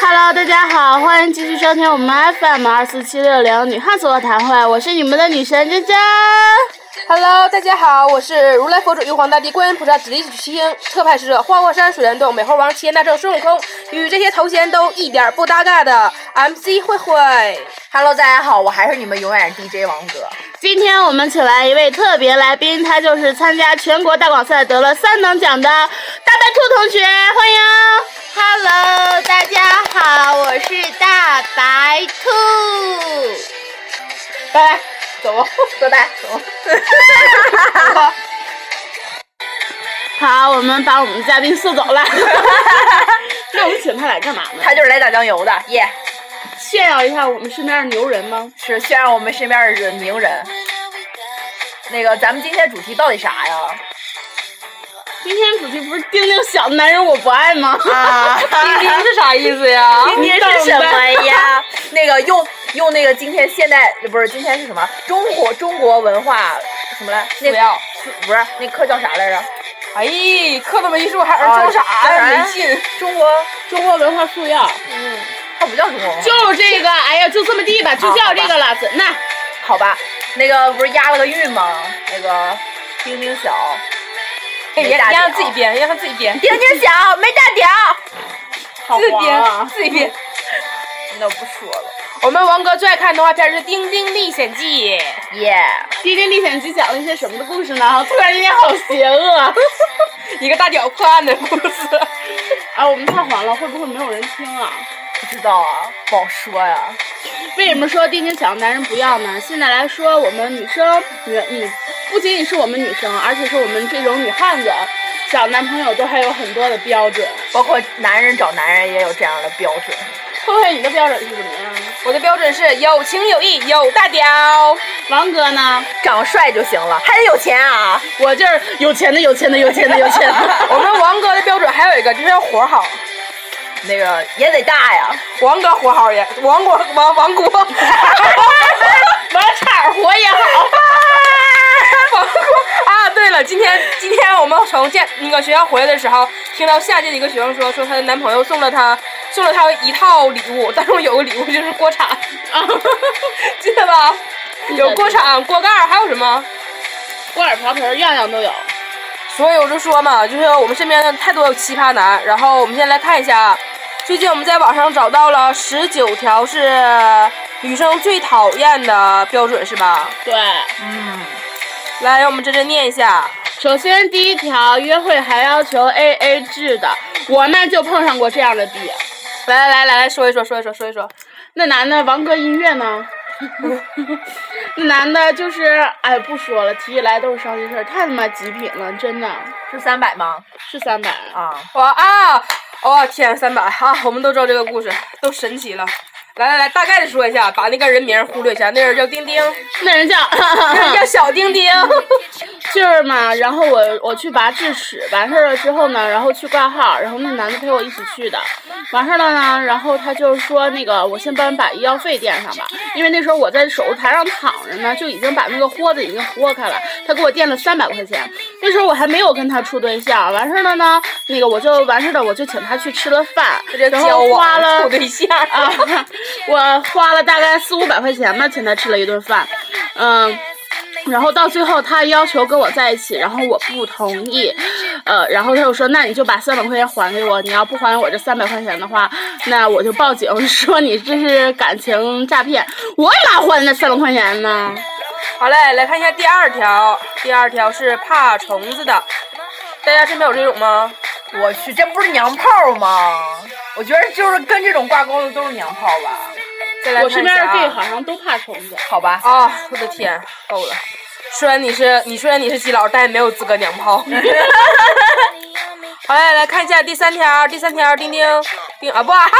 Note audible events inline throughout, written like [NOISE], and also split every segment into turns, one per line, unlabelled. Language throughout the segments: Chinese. Hello，大家好，欢迎继续收听我们 FM 二四七六零女汉子座谈会，我是你们的女神珍珍。
Hello，大家好，我是如来佛祖、玉皇大帝、观音菩萨、紫衣七星特派使者、花果山水帘洞、美猴王、齐天大圣、孙悟空，与这些头衔都一点不搭嘎的 MC 慧慧。
Hello，大家好，我还是你们永远 DJ 王哥。
今天我们请来一位特别来宾，他就是参加全国大广赛得了三等奖的大白兔同学，欢迎。
Hello，大家好，我是大白兔。
拜拜，走吧，
拜拜，走。
走吧
好，我们把我们的嘉宾送走了。 [LAUGHS] 那我们请他来干嘛呢？
[LAUGHS] 他就是来打酱油的，耶、
炫耀一下我们身边的牛人吗？
是炫耀我们身边的名人。那个，咱们今天主题到底啥呀？
今天主题不是丁丁小男人我不爱吗？
啊，
丁 [LAUGHS] 丁是啥意思呀？ [LAUGHS]
今天哎是什么呀？ [LAUGHS] 那个用用那个今天现代不是今天是什么？中国中国文化什么来？那
不要。
不是那课叫啥来着？
哎，刻这么一说还儿装啥
啊
呀？没劲。 [LAUGHS]
中国
中国文化素养。
它不叫中国文化。
就这个，哎呀，就这么地吧，就叫这个了。怎那
好吧，那个不是押了个韵吗？那个丁丁小，
哎
没
别
打点
让他自己编，让他自己编，
丁丁小没大屌，
好
自己
黄
编，
啊！
自己编。
那我不说了。
我们王哥最爱看动画片是《丁丁历险记》，
耶、
《丁丁历险记》讲了一些什么的故事呢？突然之间好邪恶
一个大屌破案的故事。
啊！我们太黄了，会不会没有人听啊？
[LAUGHS] 不知道啊，不好说呀。
为什么说丁丁小男人不要呢？现在来说，我们女生女女不仅仅是我们女生，而且是我们这种女汉子找男朋友都还有很多的标准。
包括男人找男人也有这样的标准。
慧慧，你的标准是怎么样？
我的标准是有情有义有大屌。
王哥呢？
长帅就行了，还得有钱啊！
我就是有钱的，有钱的，有钱的，有钱 [LAUGHS] 的。
[LAUGHS] 我们王哥的标准还有一个就是要活好，
那个也得大呀，
王哥活好也，王国王王国， [LAUGHS] 王
铲活 [LAUGHS] 也好。
国 [LAUGHS] 啊！对了，今天今天我们从建那个学校回来的时候，听到下届的一个学生说，说她的男朋友送了她送了她一套礼物，当中有个礼物就是锅铲， [LAUGHS] 记得吧？有锅铲、锅盖儿，还有什么？
锅碗瓢盆样样都有。
所以我就说嘛，就是我们身边的太多有奇葩男。然后我们先来看一下，最近我们在网上找到了十九条是女生最讨厌的标准，是吧？
对，
来，让我们真真念一下。
首先第一条，约会还要求 A A 制的，我呢就碰上过这样的 B。
来来来来来，说一说，说一说，说一说。
那男的王哥音乐呢？ [LAUGHS] 那男的就是，哎，不说了，提起来都是伤心事儿，太他妈极品了，真的
是三百吗？
是三百
啊，
哇啊！哇、天，三百啊！我们都知道这个故事，都神奇了。来来来，大概的说一下，把那个人名忽略一下。那人叫丁丁， [LAUGHS]
那人叫， [LAUGHS]
那人叫小丁丁。
就是嘛，然后我我去拔智齿，完事儿了之后呢，然后去挂号，然后那男的陪我一起去的，完事儿了呢，然后他就说那个我先帮你把医药费垫上吧，因为那时候我在手术台上躺着呢，就已经把那个豁子已经豁开了，他给我垫了三百块钱，那时候我还没有跟他处对象，完事儿了呢，那个我就完事儿了，我就请他去吃了饭，
这
然
叫交
后花
往
了
处对象
啊， [LAUGHS] 我花了大概四五百块钱吧，请他吃了一顿饭，嗯。然后到最后，他要求跟我在一起，然后我不同意，呃，然后他就说，那你就把三百块钱还给我，你要不还我这三百块钱的话，那我就报警，说你这是感情诈骗。我哪还那三百块钱呢？
[LAUGHS] 好嘞，来看一下第二条，第二条是怕虫子的，大家身边有这种吗？
我去，这不是娘炮吗？我觉得就是跟这种挂钩的都是娘炮吧。
再来
我
看
身
一下
边的 gay
啊
好像都怕虫子。
好吧，
啊、我的天，够了！虽然你是你虽然你是基佬，但也没有资格娘炮。 [LAUGHS] 好嘞，来看一下第三条，第三条，丁丁丁啊不啊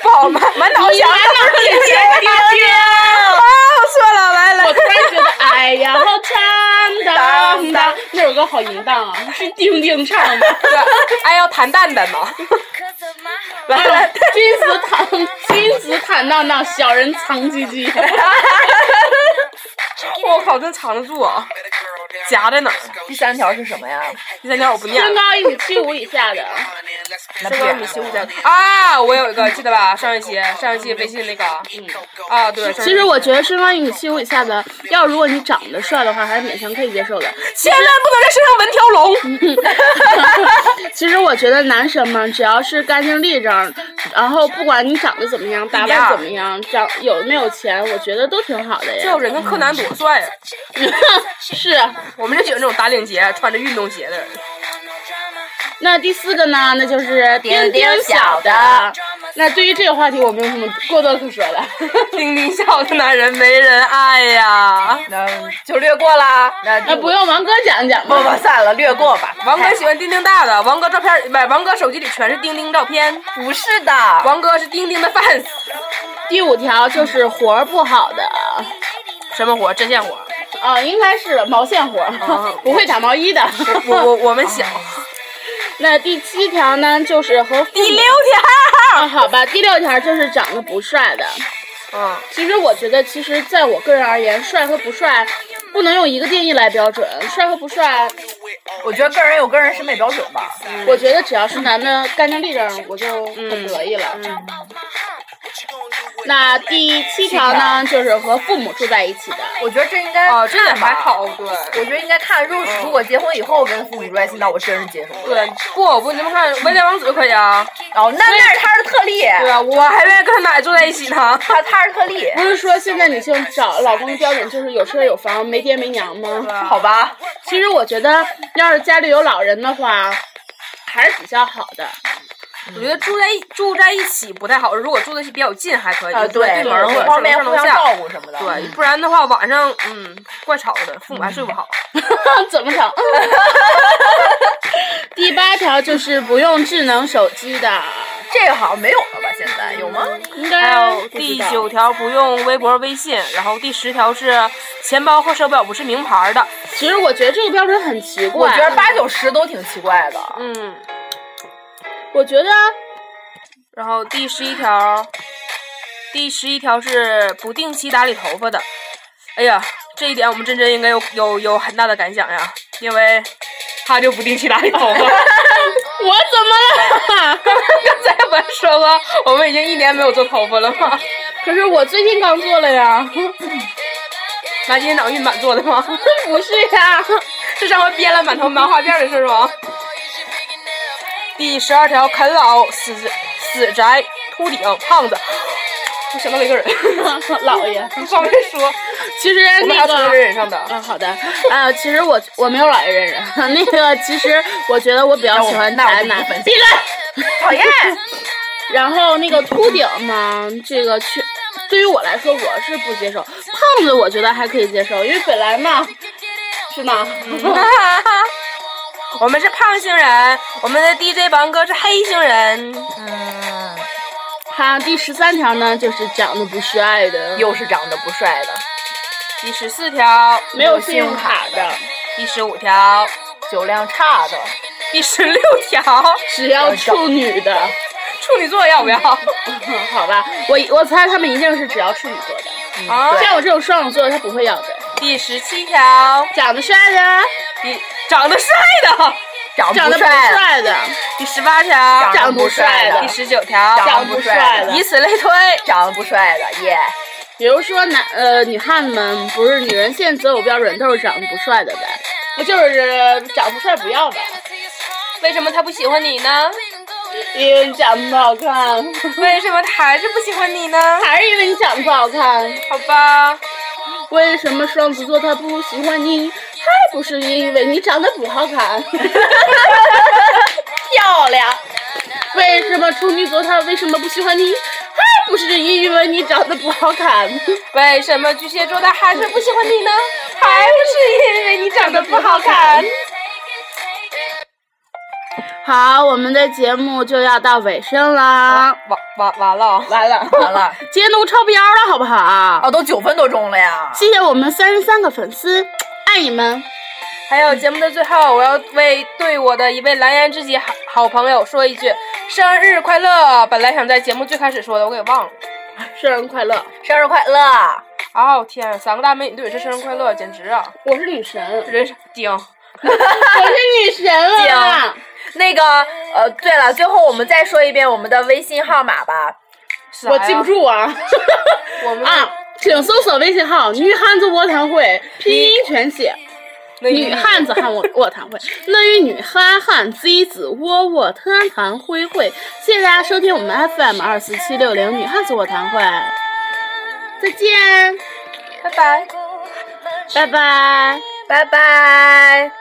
不好，满满脑
你
想
满脑
的
子
是丁
想
丁丁啊，我错了，来 [LAUGHS] 来
我突，然觉得，哎呀，好坦荡荡，那首歌好淫荡啊，是丁丁唱的。
哎要弹蛋蛋嘛， [LAUGHS] 来来。 [LAUGHS]
君哎子坦，君子坦荡荡，小人藏唧唧。
我靠，真藏得住啊！夹在哪儿？
第三条是什么呀？
第三条我不念
身
了。
高一米七五以下的，
那
是
必
个
然
米奇互相啊，我有一个记得吧？上一期上一期微信那个，嗯啊对，上一期
其实我觉得身高一米七五以下的，要如果你长得帅的话，还是勉强可以接受的。 [LAUGHS]
千万不能在身上纹条龙。
其实我觉得男生嘛，只要是干净利整，然后不管你长得怎么样，打扮怎么样，长有没有钱，我觉得都挺好的
这有
呀。
人跟柯南多帅啊！
[LAUGHS] 是。啊
我们就喜欢这种打领结、穿着运动鞋的人。
那第四个呢，那就是
丁
丁
丁
小
小的
那对于这个话题，我没有什么过多可说的。
丁丁笑的男人没人爱呀。
那就略过啦。那
[LAUGHS] 那
就
不用王哥讲讲
不
吧？
不算了，略过吧。
王哥喜欢丁丁大的，王哥照片不是，王哥手机里全是丁丁照片。
不是的，
王哥是丁丁的 fans，
第五条就是活儿不好的，
什么活？针线活。
啊，应该是毛线活儿，
哦
不会打毛衣的。
我我我们小。
[LAUGHS] 那第七条呢，就是和父母
第六条。
啊，好吧，第六条就是长得不帅的。
嗯，
其实我觉得，其实在我个人而言，帅和不帅不能用一个定义来标准。帅和不帅，
嗯
我觉得个人有个人审美标准吧。
我觉得只要是男的干净利整，我就
嗯
很得意了。 [LAUGHS] 那第七条呢，就是和父母住在一起的。
我觉得这应该
哦，这点
看吧
还。好，对。
我觉得应该看，如果如果结婚以后跟父母住在一起，那我真是接受不了。
对，不不，你们看《未来王子》就可以啊。
哦，那那是他是特例，
对啊，我还愿意跟他奶住在一起呢。
他他是特例，
不是说现在女性找老公的标准就是有车有房没爹没娘吗？
好吧？
其实我觉得，要是家里有老人的话，还是比较好的。 [LAUGHS]
我觉得住在一住在一起不太好，如果住在一起比较近还可以，
啊，
住在
对，
对门儿或者
方便
上
互
楼
相
下。
照顾什嗯么的。
对，不然的话晚上嗯怪吵的，父母还睡不好。
怎么整？ [LAUGHS] 第八条就是不用智能手机的，
这个好像没有了吧？现在有吗？
应该
还有
不知
嗯第
道
九条不用微博、微信，然后第十条是钱包和手表不是名牌的。
其实我觉得这个标准很奇怪，
我觉得八九十都挺奇怪的。
嗯，
我觉
[LAUGHS]
得
然后第十一条，第十一条是不定期打理头发的。哎呀，这一点我们真真应该有有有很大的感想呀，因为他就不定期打理头发。
我怎么了？ [LAUGHS]
刚才不是说吗？我们已经一年没有做头发了吗？
可是我最近刚做了呀， [LAUGHS]
拿金长玉满做的吗？ [LAUGHS]
不是呀，
是上回编了满头麻花辫的事吗？第十二条，啃老、死死宅、秃顶、胖子，我想到了一个人，
[LAUGHS] 老爷。
不方便
[LAUGHS]
说，
其实
我们还
那
要从人
个。
人上的。
嗯，好的。啊，其实我我没有老爷认人。 [LAUGHS] 那个，其实我觉得我比较喜欢
那我
宅
那我
男
就不分。
闭嘴。
讨厌，
[LAUGHS] 然后那个秃顶嘛，这个确对于我来说我是不接受。胖子我觉得还可以接受，因为本来嘛，是吗？
嗯 [LAUGHS] 我们是胖星人，我们的 DJ 王哥是黑星人，
嗯，
[LAUGHS] 他第十三条呢，就是长得不帅的，
又是长得不帅的，
第十四条
没有信用卡的，
第十五条，
酒量差的，
第十六条，
只要处女的， [LAUGHS]
处女座要不要？
嗯好吧，我我猜他们一定是只要处女座的，
啊，
像我这种双子座他不会要的。
第十七条，
长得帅的，
第长得帅的，
长
长得
不
不
帅的，
帅的，
第十八条，
长得不帅
长
的
第，十九条，
长
长
得
不
不
帅
帅
的
以。此类推。
长得不帅的，耶、
比如说男呃女汉子们不是女人现在择偶标准都是长得不帅的呗，那就是长不帅不要呗，
为什么他不喜欢你呢？
因为你长得不好看，
为什么他还是不喜欢你呢？
还是因为你长得不好看。
好吧，
为什么双子座他不喜欢你？还不是因为你长得不好看。 [LAUGHS]
漂亮，
为什么处女座他为什么不喜欢你？还不是因为你长得不好看。
为什么巨蟹座他还是不喜欢你呢？还不是因为你长得不好看。
好，我们的节目就要到尾声啦，
完完完了啊！
完了完了，
节目超标了，好不好？
哦，都九分多钟了呀，
谢谢我们三十三个粉丝，爱你们！
还有节目的最后，我要为对我的一位蓝颜知己好好朋友说一句生日快乐。本来想在节目最开始说的，我给忘了。
生日快乐！
生日快乐！
哦天啊，三个大美女对我说生日快乐，简直啊！
我是女神，啊
人是顶。
我是女神了。
那个呃，对了，最后我们再说一遍我们的微信号码吧。
我记不住 [LAUGHS] 啊。
我们
啊，请搜索微信号“女汉子卧谈会”，拼音全写。
那
女汉子汉我卧谈会，那与女哈汉 Z 子窝窝摊谈灰会。谢谢大家收听我们 FM 二四七六零女汉子卧谈会，再见，
拜拜，
拜拜，哦
拜拜。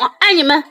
我爱你们。